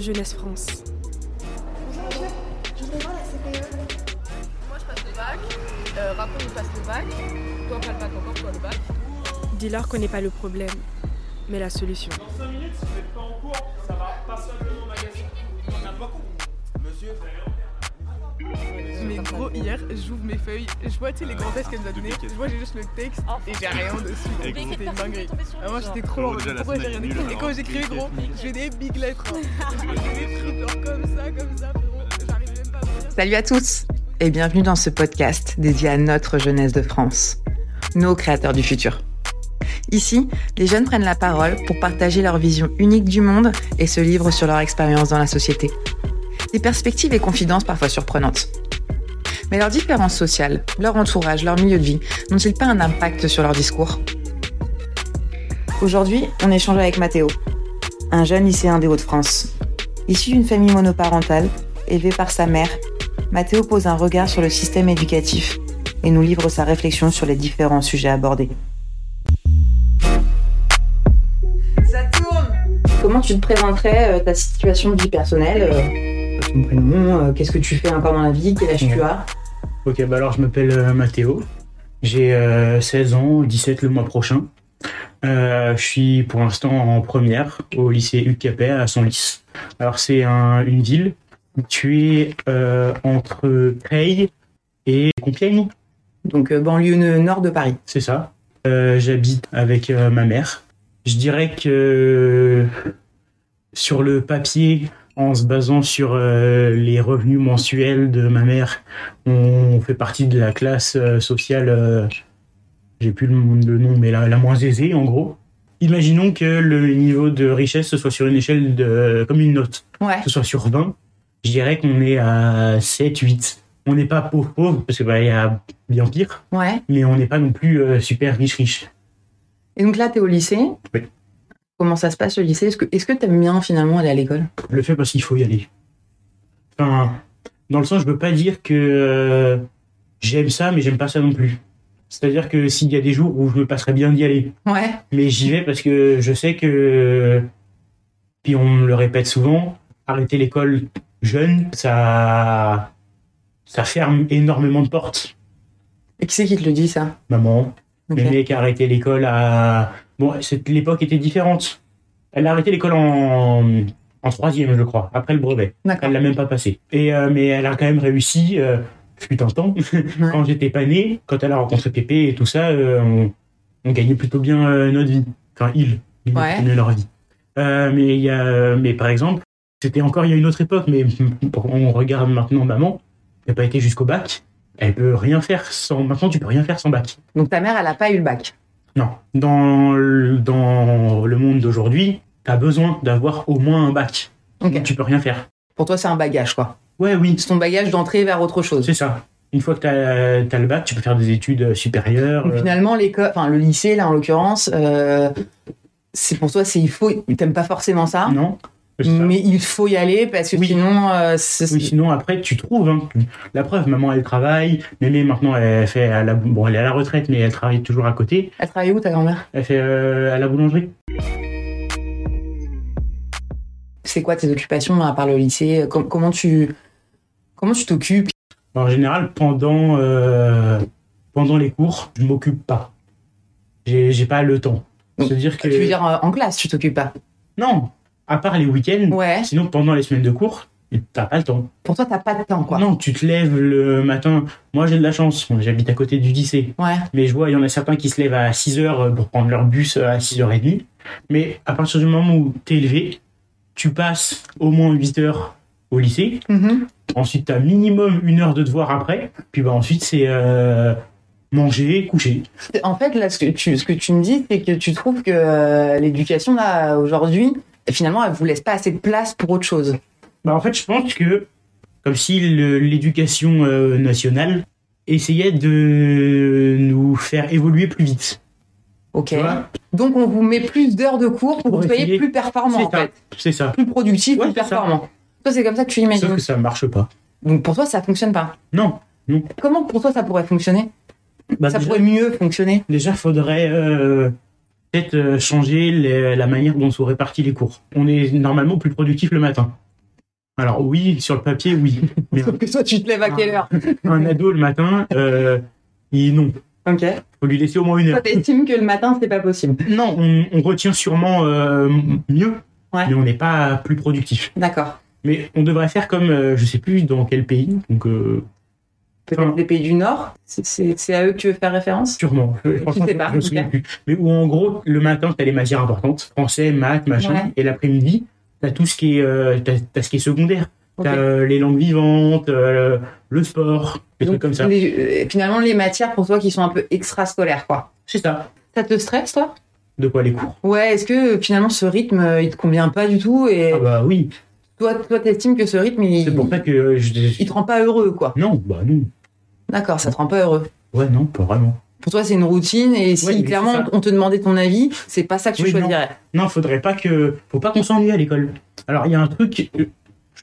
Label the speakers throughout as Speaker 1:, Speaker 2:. Speaker 1: Jeunesse France.
Speaker 2: Bonjour monsieur, je voudrais voir la CPE.
Speaker 3: Moi je passe le bac, euh, Raphaël il passe le bac, toi pas le bac encore, toi le bac.
Speaker 1: Dis-leur qu'on n'est pas le problème, mais la solution.
Speaker 4: Dans 5 minutes, si vous n'êtes pas en cours, ça va pas simplement au magasin. On a beaucoup. Monsieur, vous allez en faire.
Speaker 5: Mais gros, hier, j'ouvre mes feuilles, je vois tu sais, les grands textes qu'elle nous a donnés, je vois j'ai juste le texte et j'ai rien dessus. C'était une dinguerie. Ah, moi j'étais trop en mode pourquoi j'ai rien écrit Et quand j'écrivais gros, j'ai des big lettres. J'ai des trucs genre comme ça, comme ça, frérot, j'arrive même pas à me dire.
Speaker 6: Salut à tous et bienvenue dans ce podcast dédié à notre jeunesse de France, nos créateurs du futur. Ici, les jeunes prennent la parole pour partager leur vision unique du monde et se livrent sur leur expérience dans la société. Des perspectives et confidences parfois surprenantes. Mais leurs différences sociales, leur entourage, leur milieu de vie, n'ont-ils pas un impact sur leur discours Aujourd'hui, on échange avec Mathéo, un jeune lycéen des Hauts-de-France. Issu d'une famille monoparentale, élevé par sa mère, Mathéo pose un regard sur le système éducatif et nous livre sa réflexion sur les différents sujets abordés. Ça tourne Comment tu te présenterais euh, ta situation de vie personnelle euh, Ton prénom, euh, qu'est-ce que tu fais encore dans la vie, quel âge tu as
Speaker 7: Ok, bah alors je m'appelle euh, Mathéo. J'ai euh, 16 ans, 17 le mois prochain. Euh, je suis pour l'instant en première au lycée UCAPER à Senlis. Alors c'est un- une ville située euh, entre Creil et Compiègne,
Speaker 6: Donc euh, banlieue ne- nord de Paris.
Speaker 7: c'est ça. Euh, J'habite avec euh, ma mère. Je dirais que sur le papier, en se basant sur euh, les revenus mensuels de ma mère, on fait partie de la classe euh, sociale, euh, j'ai plus le, le nom, mais la, la moins aisée en gros. Imaginons que le niveau de richesse ce soit sur une échelle de, comme une note,
Speaker 6: Ouais.
Speaker 7: que ce soit sur 20, je dirais qu'on est à 7, 8. On n'est pas pauvre, pauvre, parce qu'il bah, il y a bien pire
Speaker 6: Ouais.
Speaker 7: mais on n'est pas non plus euh, super riche riche.
Speaker 6: Et donc là, tu es au lycée.
Speaker 7: Oui.
Speaker 6: Comment ça se passe le lycée Est-ce que est-ce que t'aimes bien finalement aller à l'école
Speaker 7: Je le fais parce qu'il faut y aller. Enfin, dans le sens, je veux pas dire que euh, j'aime ça, mais j'aime pas ça non plus. C'est-à-dire que s'il y a des jours où je me passerais bien d'y aller,
Speaker 6: Ouais.
Speaker 7: mais j'y vais parce que je sais que, puis on me le répète souvent, arrêter l'école jeune, ça, ça ferme énormément de portes.
Speaker 6: Et qui c'est qui te le dit ça
Speaker 7: Maman,
Speaker 6: Ok.
Speaker 7: Le mec a arrêté l'école à. Bon, c'est- l'époque était différente. Elle a arrêté l'école en... en troisième, je crois, après le brevet.
Speaker 6: D'accord.
Speaker 7: Elle l'a même pas passé. Et, euh, mais elle a quand même réussi, euh, fut un temps, quand j'étais pas né, quand elle a rencontré Pépé et tout ça, euh, on, on gagnait plutôt bien euh, notre vie. Enfin, ils, ils
Speaker 6: Ouais.
Speaker 7: gagnaient leur vie. Euh, mais, il y a, euh, mais par exemple, c'était encore il y a une autre époque, mais on regarde maintenant maman, elle n'a pas été jusqu'au bac, elle peut rien faire sans. Maintenant, tu peux rien faire sans bac.
Speaker 6: Donc ta mère, elle a pas eu le bac.
Speaker 7: Non. Dans le, dans le monde d'aujourd'hui, t'as besoin d'avoir au moins un bac.
Speaker 6: Ok.
Speaker 7: Tu peux rien faire.
Speaker 6: Pour toi, c'est un bagage quoi.
Speaker 7: Ouais, oui,
Speaker 6: C'est ton bagage d'entrée vers autre chose.
Speaker 7: c'est ça. Une fois que t'as as le bac, tu peux faire des études supérieures.
Speaker 6: Donc
Speaker 7: euh,
Speaker 6: finalement, l'école, enfin le lycée là en l'occurrence, euh, c'est pour toi, c'est il faut. T'aimes pas forcément ça,
Speaker 7: Non. C'est ça.
Speaker 6: mais il faut y aller parce que
Speaker 7: Oui.
Speaker 6: sinon, euh, c'est-
Speaker 7: Oui, sinon après tu trouves. hein. La preuve, maman elle travaille, mémé maintenant elle fait à la bon elle est à la retraite mais elle travaille toujours à côté.
Speaker 6: elle travaille où ta grand-mère
Speaker 7: Elle fait euh, à la boulangerie.
Speaker 6: C'est quoi tes occupations à part le lycée Com- Comment tu comment tu t'occupes
Speaker 7: En général, pendant, euh, pendant les cours, je m'occupe pas. J'ai j'ai pas le temps.
Speaker 6: Donc,
Speaker 7: C'est-à-dire que
Speaker 6: Tu veux dire euh, en classe, tu t'occupes pas
Speaker 7: non, à part les week-ends,
Speaker 6: Ouais.
Speaker 7: Sinon, pendant les semaines de cours, t'as pas le temps.
Speaker 6: Pour toi, t'as pas de temps quoi.
Speaker 7: Non, tu te lèves le matin. Moi, j'ai de la chance. J'habite à côté du lycée.
Speaker 6: Ouais.
Speaker 7: Mais je vois, il y en a certains qui se lèvent à 6 h pour prendre leur bus euh, à 6h30. Mais à partir du moment où t'es élevé, tu passes au moins 8 heures au lycée.
Speaker 6: Mhm.
Speaker 7: Ensuite, t'as minimum une heure de devoir après. Puis bah, ensuite, c'est euh, manger, coucher.
Speaker 6: C'est- En fait, là, ce que tu, ce que tu me dis, c'est que tu trouves que euh, l'éducation, là, aujourd'hui, finalement, elle vous laisse pas assez de place pour autre chose.
Speaker 7: Bah, en fait, je pense que, comme si le- l'éducation euh, nationale essayait de nous faire évoluer plus vite.
Speaker 6: Ok.
Speaker 7: Tu vois
Speaker 6: Donc, on vous met plus d'heures de cours pour,
Speaker 7: Pour
Speaker 6: que vous soyez
Speaker 7: essayer.
Speaker 6: plus performant, en
Speaker 7: C'est ça,
Speaker 6: fait.
Speaker 7: c'est ça.
Speaker 6: Plus productif,
Speaker 7: Ouais,
Speaker 6: plus
Speaker 7: c'est ça.
Speaker 6: performant. Toi, c'est comme ça que tu
Speaker 7: Sauf
Speaker 6: imagines.
Speaker 7: que ça marche pas.
Speaker 6: Donc, pour toi, ça fonctionne pas.
Speaker 7: Non.
Speaker 6: Comment pour toi ça pourrait fonctionner
Speaker 7: Bah,
Speaker 6: Ça
Speaker 7: déjà,
Speaker 6: pourrait mieux fonctionner
Speaker 7: déjà, faudrait euh, peut-être euh, changer les- la manière dont sont répartis les cours. On est normalement plus productif le matin. Alors oui, sur le papier, oui. Mais Ah.
Speaker 6: Sauf que toi, tu te lèves à quelle heure
Speaker 7: un ado le matin, euh, il, non.
Speaker 6: Ok.
Speaker 7: Faut lui laisser au moins une heure.
Speaker 6: Toi, t'estimes que le matin, c'est pas possible.
Speaker 7: Non, on, on retient sûrement euh, mieux,
Speaker 6: Ouais.
Speaker 7: mais on n'est pas plus productif.
Speaker 6: D'accord.
Speaker 7: Mais on devrait faire comme, euh, je sais plus dans quel pays, donc euh,
Speaker 6: Peut-être
Speaker 7: Enfin.
Speaker 6: les pays du Nord, c'est- c'est c'est à eux que tu veux faire référence
Speaker 7: sûrement. Je, franchement,
Speaker 6: sais pas,
Speaker 7: je me souviens
Speaker 6: ok.
Speaker 7: plus. Mais où en gros, le matin, t'as les matières importantes, français, maths, machin,
Speaker 6: Ouais.
Speaker 7: et l'après-midi, t'as tout ce qui est, euh, t'as, t'as ce qui est secondaire.
Speaker 6: Ok.
Speaker 7: T'as euh, les langues vivantes, euh, le sport, des
Speaker 6: Donc,
Speaker 7: trucs comme ça.
Speaker 6: les- euh, finalement, les matières pour toi qui sont un peu extrascolaires, quoi.
Speaker 7: C'est ça.
Speaker 6: Ça te stresse, toi
Speaker 7: De quoi les cours
Speaker 6: Ouais, est-ce que euh, finalement ce rythme, euh, il te convient pas du tout Et
Speaker 7: Ah bah oui.
Speaker 6: toi, toi, t'estimes que ce rythme, il,
Speaker 7: C'est pour ça que euh, je,
Speaker 6: il te rend pas heureux, quoi.
Speaker 7: non, bah non.
Speaker 6: D'accord, ça te rend pas heureux.
Speaker 7: Ouais, non, pas vraiment.
Speaker 6: Pour toi, c'est une routine, et si
Speaker 7: Ouais, mais c'est
Speaker 6: clairement
Speaker 7: ça.
Speaker 6: on te demandait ton avis, c'est pas ça que tu
Speaker 7: Oui, non.
Speaker 6: choisirais.
Speaker 7: Non, faudrait pas que, faut pas qu'on s'ennuie à l'école. Alors il y a un truc, euh,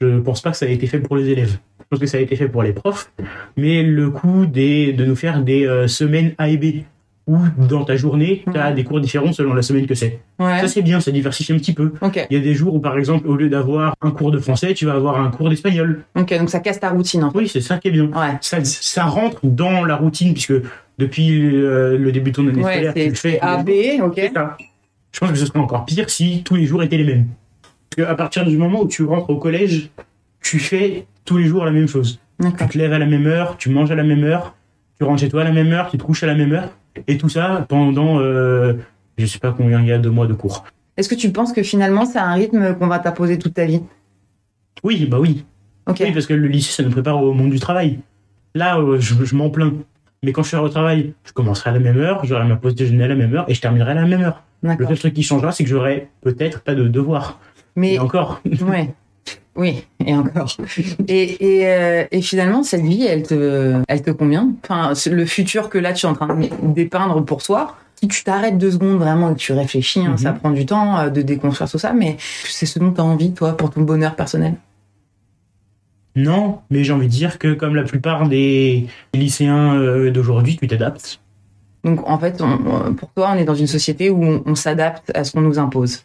Speaker 7: je pense pas que ça a été fait pour les élèves. Je pense que ça a été fait pour les profs, mais le coup des, de nous faire des euh, semaines A et B où dans ta journée t'as
Speaker 6: Ouais.
Speaker 7: des cours différents selon la semaine que c'est.
Speaker 6: Ouais.
Speaker 7: Ça c'est bien, ça diversifie un petit peu.
Speaker 6: Ok,
Speaker 7: Il y a des jours où par exemple au lieu d'avoir un cours de français, tu vas avoir un cours d'espagnol.
Speaker 6: ok, donc ça casse ta routine. hein.
Speaker 7: Oui, c'est ça qui est bien.
Speaker 6: Ouais.
Speaker 7: ça, ça rentre dans la routine, puisque depuis euh, le début de ton année
Speaker 6: Ouais,
Speaker 7: scolaire, tu
Speaker 6: c'est
Speaker 7: le fais.
Speaker 6: A, B, ok.
Speaker 7: C'est ça. Je pense que ce serait encore pire si tous les jours étaient les mêmes. Parce qu'à partir du moment où tu rentres au collège, tu fais tous les jours la même chose. Tu
Speaker 6: D'accord.
Speaker 7: te lèves à la même heure, tu manges à la même heure, tu rentres chez toi à la même heure, tu te couches à la même heure, et tout ça pendant, euh, je sais pas combien il y a de mois de cours.
Speaker 6: Est-ce que tu penses que finalement c'est un rythme qu'on va t'imposer toute ta vie
Speaker 7: Oui, bah oui.
Speaker 6: Ok.
Speaker 7: Oui, parce que le lycée, ça nous prépare au monde du travail. Là, euh, je, je m'en plains. Mais quand je serai au travail, je commencerai à la même heure, j'aurai ma pause déjeuner à la même heure et je terminerai à la même heure. Le
Speaker 6: D'accord.
Speaker 7: seul truc qui changera, c'est que j'aurai peut-être pas de devoirs. Et,
Speaker 6: Mais
Speaker 7: encore,
Speaker 6: ouais. Oui, et encore. Et, et, euh, et finalement, cette vie, elle te, elle te convient Enfin, ce- le futur que là, tu es en train de dépeindre pour toi, si tu t'arrêtes deux secondes vraiment et que tu réfléchis, hein,
Speaker 7: Mhm.
Speaker 6: ça prend du temps euh, de déconstruire tout ça, mais c'est ce dont tu as envie, toi, pour ton bonheur personnel.
Speaker 7: non, mais j'ai envie de dire que comme la plupart des lycéens euh, d'aujourd'hui, tu t'adaptes.
Speaker 6: Donc, en fait, on- on- pour toi, on est dans une société où on, on s'adapte à ce qu'on nous impose.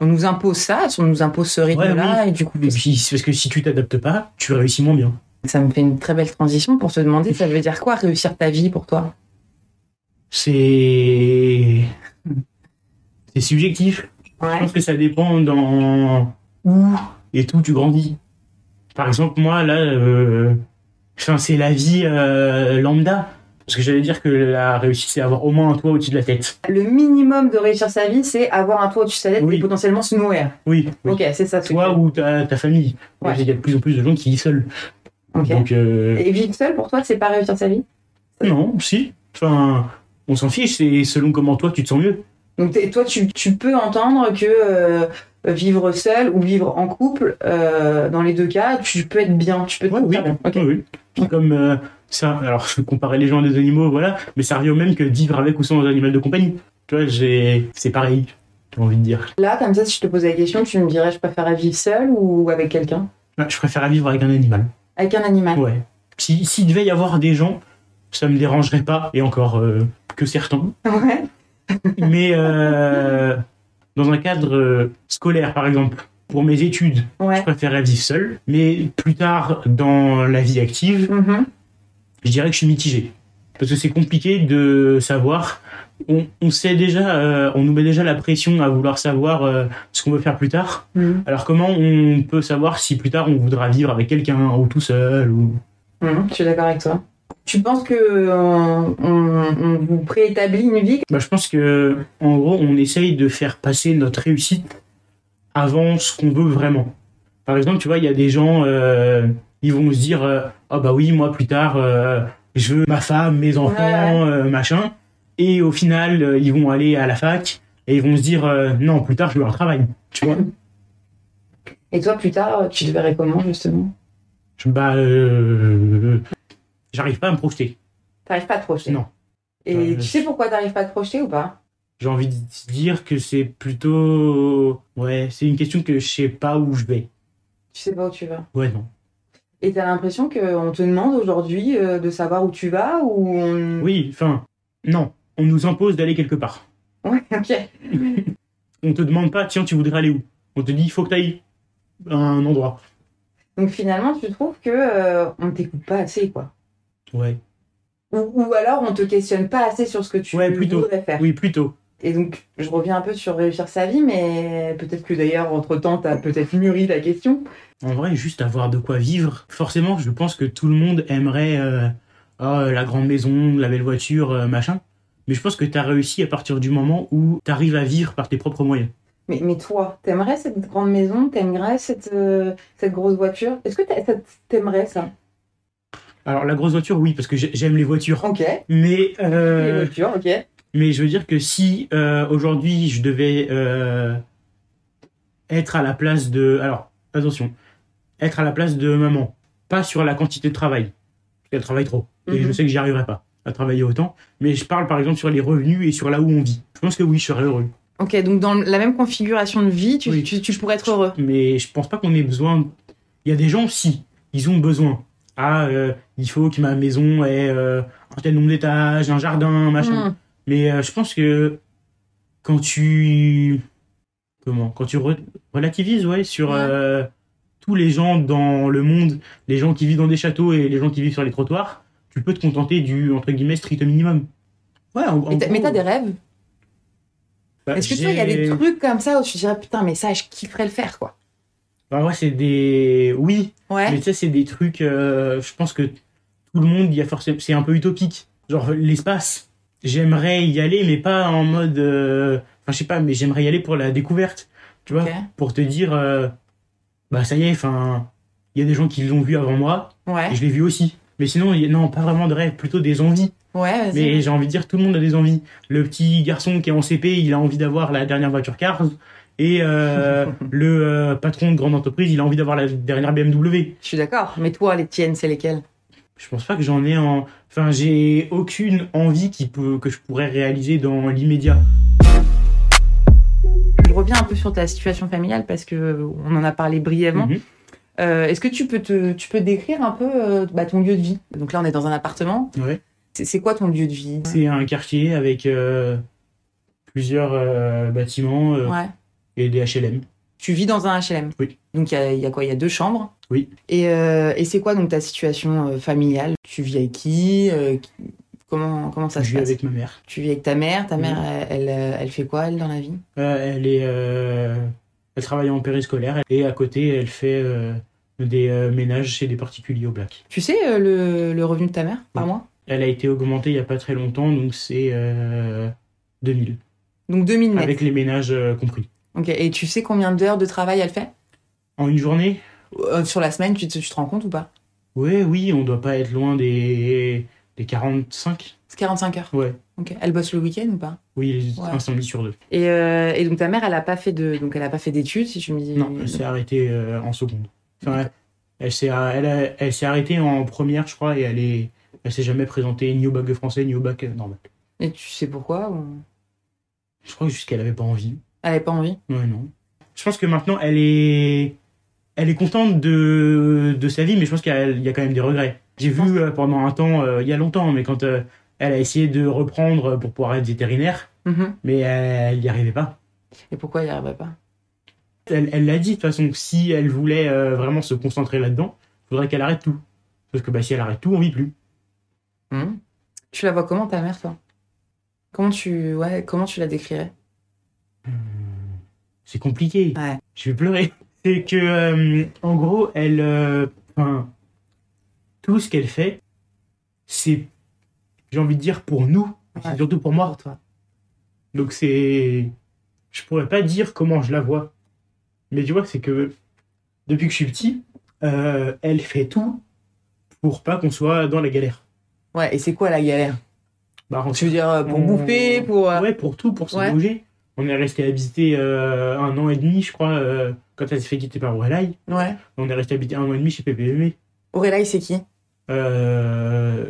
Speaker 6: On nous impose ça, on nous impose ce rythme-là, et du coup, bah,
Speaker 7: Et puis, c'est parce que si tu t'adaptes pas, tu réussis moins bien.
Speaker 6: ça me fait une très belle transition pour se demander, ça veut dire quoi réussir ta vie pour toi
Speaker 7: C'est. C'est subjectif. Je pense que ça dépend dans où et tout tu grandis. Par exemple, moi, là, euh, enfin, c'est la vie euh, lambda. Parce que j'allais dire que la réussite, c'est avoir au moins un toit au-dessus de la tête.
Speaker 6: Le minimum de réussir sa vie, c'est avoir un toit au-dessus de sa tête
Speaker 7: Oui.
Speaker 6: et potentiellement se nourrir.
Speaker 7: Oui, oui.
Speaker 6: Ok, c'est ça. ce
Speaker 7: toi
Speaker 6: que-
Speaker 7: ou ta, ta famille.
Speaker 6: Ouais.
Speaker 7: Il y a de plus en plus de gens qui vivent seuls.
Speaker 6: Ok.
Speaker 7: Donc, euh,
Speaker 6: Et vivre seul, pour toi, c'est pas réussir sa vie
Speaker 7: non, si. Enfin, on s'en fiche, c'est selon comment toi tu te sens mieux.
Speaker 6: Donc t'es- toi, tu, tu peux entendre que euh, vivre seul ou vivre en couple, euh, dans les deux cas, tu peux être bien, tu peux te
Speaker 7: Ouais, oui,
Speaker 6: sentir bien. Ok.
Speaker 7: oui, oui. Puis Comme euh, ça, alors je comparer les gens à des animaux, voilà, mais ça revient au même que vivre avec ou sans un animal de compagnie. Tu vois, j'ai, c'est pareil, j'ai envie de dire.
Speaker 6: Là, comme ça, si je te posais la question, tu me dirais, je préférerais vivre seul ou avec quelqu'un
Speaker 7: Ah, Je préfère vivre avec un animal.
Speaker 6: Avec un animal.
Speaker 7: Ouais. Si, s'il devait y avoir des gens, ça me dérangerait pas, et encore euh, que certains.
Speaker 6: Ouais.
Speaker 7: Mais euh, dans un cadre euh, scolaire, par exemple, pour mes études, je
Speaker 6: Ouais.
Speaker 7: préférerais vivre seul. Mais plus tard, dans la vie active,
Speaker 6: Mhm.
Speaker 7: je dirais que je suis mitigé. Parce que c'est compliqué de savoir. On, on sait déjà, euh, on nous met déjà la pression à vouloir savoir euh, ce qu'on veut faire plus tard.
Speaker 6: Mhm.
Speaker 7: Alors comment on peut savoir si plus tard on voudra vivre avec quelqu'un ou tout seul ou...
Speaker 6: Mhm, Je suis d'accord avec toi. Tu penses que euh, on, on vous préétablit une vie
Speaker 7: bah, Je pense que en gros, on essaye de faire passer notre réussite avant ce qu'on veut vraiment. Par exemple, tu vois, il y a des gens, euh, ils vont se dire, euh, ah bah oui, moi plus tard, euh, je veux ma femme, mes enfants,
Speaker 6: Ouais,
Speaker 7: euh, machin. Et au final, euh, ils vont aller à la fac et ils vont se dire, euh, non, plus tard, je veux un travail. Tu vois
Speaker 6: Et toi, plus tard, tu te verrais comment, justement
Speaker 7: je, Bah, euh, j'arrive pas à me projeter.
Speaker 6: T'arrives pas à te projeter
Speaker 7: Non.
Speaker 6: Et
Speaker 7: Ouais,
Speaker 6: tu
Speaker 7: je-
Speaker 6: sais pourquoi t'arrives pas à te projeter ou pas
Speaker 7: J'ai envie de dire que c'est plutôt, ouais, c'est une question que je sais pas où je vais.
Speaker 6: Tu sais pas où tu vas.
Speaker 7: Ouais, non.
Speaker 6: Et t'as l'impression qu'on te demande aujourd'hui euh, de savoir où tu vas ou on...
Speaker 7: Oui, enfin, non. On nous impose d'aller quelque part.
Speaker 6: Ouais, ok.
Speaker 7: On te demande pas, tiens, tu voudrais aller où On te dit, il faut que tu ailles à un endroit.
Speaker 6: Donc finalement, tu trouves que euh, on t'écoute pas assez, quoi.
Speaker 7: Ouais.
Speaker 6: Ou, ou alors on te questionne pas assez sur ce que tu
Speaker 7: Ouais, plutôt.
Speaker 6: voudrais faire.
Speaker 7: Oui, plutôt.
Speaker 6: Et donc, je reviens un peu sur réussir sa vie, mais peut-être que d'ailleurs, entre-temps, t'as peut-être mûri la question.
Speaker 7: En vrai, juste avoir de quoi vivre. Forcément, je pense que tout le monde aimerait euh, Ah, euh, la grande maison, la belle voiture, euh, machin. Mais je pense que t'as réussi à partir du moment où t'arrives à vivre par tes propres moyens.
Speaker 6: Mais, mais toi, t'aimerais cette grande maison T'aimerais cette, euh, cette grosse voiture Est-ce que t'a- t'a- t'aimerais ça
Speaker 7: Alors, la grosse voiture, oui, parce que j'ai- j'aime les voitures.
Speaker 6: Ok.
Speaker 7: Mais,
Speaker 6: Les
Speaker 7: euh,
Speaker 6: voitures, ok.
Speaker 7: mais je veux dire que si euh, aujourd'hui je devais euh, être à la place de. Alors, attention, être à la place de maman, pas sur la quantité de travail, parce qu'elle travaille trop. Et
Speaker 6: Mhm.
Speaker 7: je sais que j'y arriverai pas à travailler autant. Mais je parle par exemple sur les revenus et sur là où on vit. Je pense que oui, je serais heureux.
Speaker 6: Ok, donc dans la même configuration de vie, tu,
Speaker 7: Oui.
Speaker 6: tu, tu pourrais être heureux.
Speaker 7: mais je pense pas qu'on ait besoin. Il y a des gens, si, ils ont besoin. Ah, euh, il faut que ma maison ait euh, un tel nombre d'étages, un jardin, machin.
Speaker 6: Hmm.
Speaker 7: Mais euh, je pense que quand tu. Comment Quand tu re- relativises, ouais, sur
Speaker 6: Ouais.
Speaker 7: euh, tous les gens dans le monde, les gens qui vivent dans des châteaux et les gens qui vivent sur les trottoirs, tu peux te contenter du, entre guillemets, strict minimum. Ouais, en- en
Speaker 6: Mais t'as- Mais
Speaker 7: gros,
Speaker 6: t'as des rêves
Speaker 7: bah,
Speaker 6: Est-ce que toi, il y a des
Speaker 7: j'ai-
Speaker 6: trucs comme ça où tu te dirais, putain, mais ça, je kifferais le faire, quoi
Speaker 7: Bah, ouais, c'est des. Oui, Mais
Speaker 6: Ouais.
Speaker 7: tu sais, c'est des trucs. euh, je pense que tout le monde, il y a forcément. C'est un peu utopique. Genre l'espace. J'aimerais y aller, mais pas en mode. euh, Enfin, je sais pas, mais j'aimerais y aller pour la découverte. Tu vois
Speaker 6: Ok.
Speaker 7: Pour te dire. euh, bah, ça y est, enfin. Il y a des gens qui l'ont vu avant moi,
Speaker 6: Ouais.
Speaker 7: et je l'ai vu aussi. Mais sinon, il y a- non, pas vraiment de rêve, plutôt des envies.
Speaker 6: Ouais, vas-y.
Speaker 7: Mais j'ai envie de dire, tout le monde a des envies. Le petit garçon qui est en CP, il a envie d'avoir la dernière voiture Cars. Et euh, le euh, patron de grande entreprise, il a envie d'avoir la dernière BMW.
Speaker 6: Je suis d'accord. Mais toi, les tiennes, c'est lesquelles
Speaker 7: Je pense pas que j'en ai en. Enfin, j'ai aucune envie qui peut... que je pourrais réaliser dans l'immédiat.
Speaker 6: Je reviens un peu sur ta situation familiale parce que euh, on en a parlé brièvement.
Speaker 7: Mhm.
Speaker 6: Euh, Est-ce que tu peux te tu peux décrire un peu euh, bah, ton lieu de vie Donc là, on est dans un appartement.
Speaker 7: Ouais.
Speaker 6: C'est- C'est quoi ton lieu de vie
Speaker 7: C'est un quartier avec euh, plusieurs euh, bâtiments euh,
Speaker 6: Ouais.
Speaker 7: et des HLM.
Speaker 6: Tu vis dans un HLM.
Speaker 7: Oui.
Speaker 6: Donc il y a, il y a quoi Il y a deux chambres.
Speaker 7: Oui.
Speaker 6: Et, euh, et c'est quoi donc ta situation euh, familiale Tu vis avec qui Euh, qui- Comment comment ça
Speaker 7: je
Speaker 6: se
Speaker 7: vis
Speaker 6: passe
Speaker 7: avec ma mère.
Speaker 6: Tu vis avec ta mère. Ta
Speaker 7: Mhm.
Speaker 6: mère, elle, elle, elle fait quoi elle dans la vie
Speaker 7: Euh, elle est. euh, Elle travaille en périscolaire et à côté, elle fait euh, des euh, ménages chez des particuliers au black.
Speaker 6: Tu sais euh, le, le revenu de ta mère par
Speaker 7: Oui.
Speaker 6: mois
Speaker 7: Elle a été augmentée il y a pas très longtemps, donc c'est euh, 2000,
Speaker 6: Donc 2000 mètres.
Speaker 7: avec les ménages euh, compris.
Speaker 6: Ok. Et tu sais combien d'heures de travail elle fait
Speaker 7: En une journée,
Speaker 6: Euh, Sur la semaine, tu te, tu te rends compte ou pas
Speaker 7: Ouais, oui, on doit pas être loin des, des 45.
Speaker 6: C'est 45 heures.
Speaker 7: Ouais.
Speaker 6: Ok. Elle bosse le week-end ou pas
Speaker 7: Oui,
Speaker 6: Ouais.
Speaker 7: un samedi sur deux.
Speaker 6: et, euh, et donc ta mère, elle a pas fait de, donc elle a pas fait d'études, si tu me dis.
Speaker 7: Non, elle s'est arrêtée euh, en seconde. Enfin, elle s'est elle, a- elle s'est arrêtée en première, je crois, et elle est elle s'est jamais présentée ni au bac de français ni au bac euh, normal.
Speaker 6: Et tu sais pourquoi ou-
Speaker 7: Je crois juste qu'elle avait pas envie.
Speaker 6: Elle avait pas envie.
Speaker 7: Ouais, non. Je pense que maintenant elle est elle est contente de, de sa vie, mais je pense qu'il y a- il y a quand même des regrets. J'ai vu euh, pendant un temps, euh, il y a longtemps, mais quand euh, elle a essayé de reprendre pour pouvoir être vétérinaire,
Speaker 6: Mhm.
Speaker 7: mais euh, elle n'y arrivait pas.
Speaker 6: Et pourquoi elle n'y arriverait pas
Speaker 7: Elle elle l'a dit de toute façon, que si elle voulait euh, vraiment se concentrer là-dedans, il faudrait qu'elle arrête tout. Parce que bah, si elle arrête tout, on vit plus.
Speaker 6: Mhm. Tu la vois comment ta mère, toi Comment tu, ouais, comment tu la décrirais
Speaker 7: C'est compliqué.
Speaker 6: Ouais.
Speaker 7: Je vais pleurer. C'est que, euh, en gros, elle. euh, Enfin. tout ce qu'elle fait, c'est. J'ai envie de dire pour nous, mais c'est
Speaker 6: Ouais.
Speaker 7: surtout pour moi.
Speaker 6: toi.
Speaker 7: Donc c'est. Je pourrais pas dire comment je la vois. Mais tu vois, c'est que depuis que je suis petit, euh, elle fait tout pour pas qu'on soit dans la galère.
Speaker 6: Ouais. Et c'est quoi la galère
Speaker 7: Bah, on
Speaker 6: Tu veux dire euh, pour
Speaker 7: On-
Speaker 6: bouffer, pour euh,
Speaker 7: Ouais, pour tout, pour se
Speaker 6: Ouais.
Speaker 7: loger. On est resté habité euh, un an et demi, je crois, euh, quand elle s'est fait quitter par Aurélai.
Speaker 6: ouais.
Speaker 7: On est resté habité un an et demi chez PPM.
Speaker 6: Aurélie, c'est qui
Speaker 7: Euh,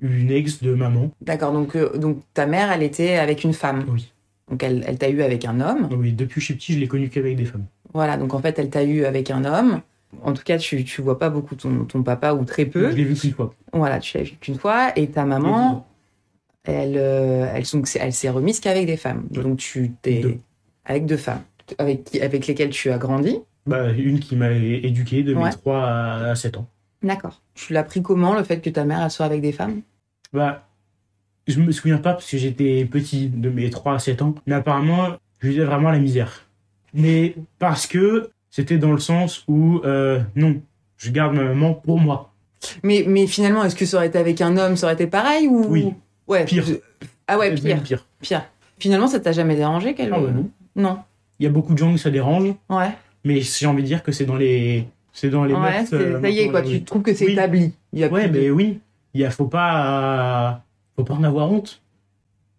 Speaker 7: une ex de maman.
Speaker 6: D'accord. Donc, euh, donc ta mère, elle était avec une femme.
Speaker 7: Oui.
Speaker 6: Donc elle, elle t'a eu avec un homme.
Speaker 7: Oui, depuis que je suis petit, je l'ai connue qu'avec des femmes.
Speaker 6: Voilà, donc en fait, elle t'a eu avec un homme. En tout cas, tu, tu vois pas beaucoup ton, ton papa ou très peu.
Speaker 7: Je l'ai vue qu'une fois.
Speaker 6: Voilà, tu l'as vu qu'une fois. Et ta maman, elle, euh, elle, donc, c'est- elle s'est remise qu'avec des femmes.
Speaker 7: Ouais.
Speaker 6: Donc tu t'es
Speaker 7: Deux.
Speaker 6: avec deux femmes, avec, qui- avec lesquelles tu as grandi.
Speaker 7: Bah, une qui m'a é- éduqué de
Speaker 6: Ouais.
Speaker 7: mes 3 à, à 7 ans.
Speaker 6: D'accord. Tu l'as pris comment le fait que ta mère elle soit avec des femmes
Speaker 7: Bah, je me souviens pas parce que j'étais petit de mes 3 à 7 ans, mais apparemment, je vivais vraiment la misère. Mais parce que c'était dans le sens où, euh, non, je garde ma maman pour moi.
Speaker 6: Mais mais finalement, est-ce que ça aurait été avec un homme, ça aurait été pareil ou
Speaker 7: Oui.
Speaker 6: Ouais.
Speaker 7: Pire.
Speaker 6: je- Ah ouais,
Speaker 7: Euh,
Speaker 6: pire,
Speaker 7: même pire.
Speaker 6: pire. Finalement, ça t'a jamais dérangé qu'elle
Speaker 7: Ah ouais, non.
Speaker 6: Non.
Speaker 7: Il y a beaucoup de gens que ça dérange,
Speaker 6: Ouais.
Speaker 7: mais j'ai envie de dire que c'est dans les. C'est dans les
Speaker 6: ouais,
Speaker 7: mœurs,
Speaker 6: c'est-
Speaker 7: euh,
Speaker 6: ça y est
Speaker 7: maintenant,
Speaker 6: quoi,
Speaker 7: oui.
Speaker 6: tu trouves que c'est
Speaker 7: Oui.
Speaker 6: établi. Il y a
Speaker 7: Ouais,
Speaker 6: plus de-
Speaker 7: mais oui, il y a, faut pas, euh, faut pas en avoir honte.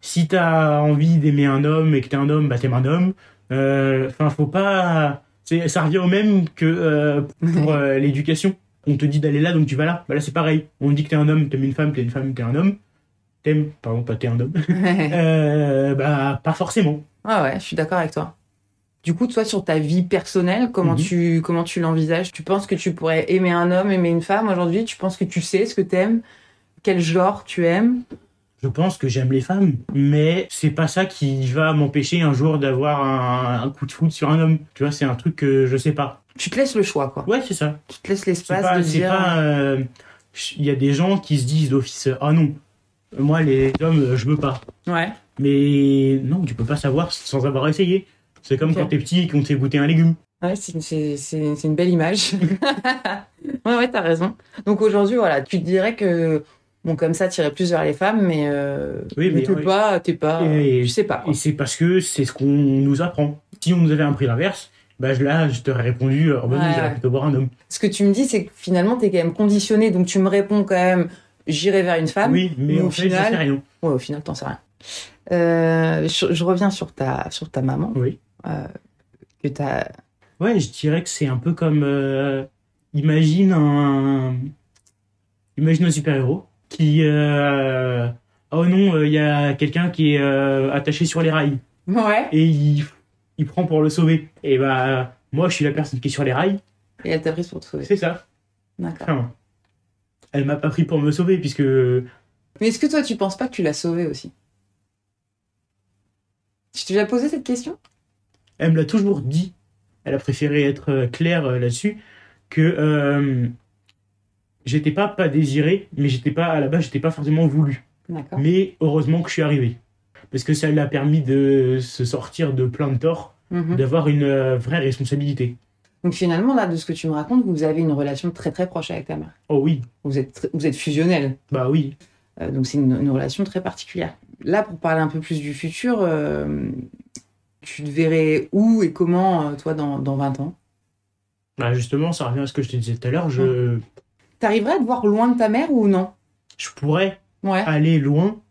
Speaker 7: Si t'as envie d'aimer un homme et que t'es un homme, bah t'aimes un homme. Euh, Enfin, faut pas. c'est- Ça revient au même que euh, pour euh, l'éducation. On te dit d'aller là, donc tu vas là. Bah là, c'est pareil. On dit que t'es un homme, t'aimes une femme, t'es une femme, t'es un homme. T'aimes, pardon, pas t'es un homme.
Speaker 6: ouais,
Speaker 7: Euh, bah, pas forcément.
Speaker 6: ouais, je suis d'accord avec toi. Du coup, toi, sur ta vie personnelle, comment
Speaker 7: Mhm.
Speaker 6: tu comment tu l'envisages Tu penses que tu pourrais aimer un homme, aimer une femme aujourd'hui Tu penses que tu sais ce que t'aimes Quel genre tu aimes
Speaker 7: Je pense que j'aime les femmes, mais c'est pas ça qui va m'empêcher un jour d'avoir un, un coup de foudre sur un homme. Tu vois, c'est un truc que je sais pas.
Speaker 6: Tu te laisses le choix, quoi.
Speaker 7: Ouais, c'est ça.
Speaker 6: Tu te laisses
Speaker 7: C'est
Speaker 6: l'espace
Speaker 7: pas,
Speaker 6: de
Speaker 7: c'est
Speaker 6: dire.
Speaker 7: pas, euh, il y a des gens qui se disent d'office, ah non, moi les hommes, euh, je veux pas.
Speaker 6: Ouais.
Speaker 7: Mais non, tu peux pas savoir sans avoir essayé. C'est comme
Speaker 6: Ok.
Speaker 7: quand t'es petit et qu'on te fait goûter un légume.
Speaker 6: Ouais, c'est c'est- c'est- c'est une belle image. ouais, ouais, t'as raison. Donc aujourd'hui, voilà, tu te dirais que, bon, comme ça, t'irais plus vers les femmes, mais, euh,
Speaker 7: Oui, mais
Speaker 6: t'es
Speaker 7: oui.
Speaker 6: pas, t'es pas,
Speaker 7: Et-
Speaker 6: tu sais pas. quoi.
Speaker 7: Et c'est parce que c'est ce qu'on nous apprend. Si on nous avait appris l'inverse, bah je- là, je t'aurais répondu, oh, bah, non,
Speaker 6: Ouais,
Speaker 7: j'irais
Speaker 6: ouais.
Speaker 7: plutôt voir un homme.
Speaker 6: Ce que tu me dis, c'est que finalement, t'es quand même conditionné, donc tu me réponds quand même, j'irai vers une femme.
Speaker 7: oui, mais
Speaker 6: Ah, mais
Speaker 7: en
Speaker 6: au
Speaker 7: fait,
Speaker 6: final-
Speaker 7: j'en sais rien.
Speaker 6: Ouais, au final, t'en sais rien. Euh, je, je reviens sur ta, sur ta maman, euh,
Speaker 7: Oui.
Speaker 6: que t'as,
Speaker 7: Ouais, je dirais que c'est un peu comme, euh, imagine un, imagine un super-héros qui, euh, oh non, euh, il y a quelqu'un qui est euh, attaché sur les rails.
Speaker 6: ouais,
Speaker 7: et il, il prend pour le sauver. Et bah, moi, je suis la personne qui est sur les rails.
Speaker 6: et elle t'a prise pour te sauver.
Speaker 7: C'est ça.
Speaker 6: D'accord.
Speaker 7: Enfin, elle m'a pas pris pour me sauver, puisque.
Speaker 6: Mais est-ce que toi, tu penses pas que tu l'as sauvée aussi? Tu t'es déjà posé cette question?
Speaker 7: Elle me l'a toujours dit. Elle a préféré être euh, claire euh, là-dessus que euh, j'étais pas pas désiré, mais j'étais pas à la base, j'étais pas forcément voulu.
Speaker 6: D'accord.
Speaker 7: Mais heureusement que je suis arrivé, parce que ça lui a permis de se sortir de plein de torts,
Speaker 6: Mhm.
Speaker 7: d'avoir une euh, vraie responsabilité.
Speaker 6: Donc finalement, là, de ce que tu me racontes, vous avez une relation très très proche avec ta mère.
Speaker 7: Oh oui,
Speaker 6: Vous êtes, tr- vous êtes fusionnel.
Speaker 7: bah oui.
Speaker 6: Euh, donc c'est une, une relation très particulière. Là, pour parler un peu plus du futur, euh, tu te verrais où et comment, euh, toi, dans, dans 20 ans
Speaker 7: Bah justement, ça revient à ce que je te disais tout à l'heure. Je,
Speaker 6: T'arriverais à te voir loin de ta mère ou non
Speaker 7: je pourrais
Speaker 6: Ouais.
Speaker 7: aller loin,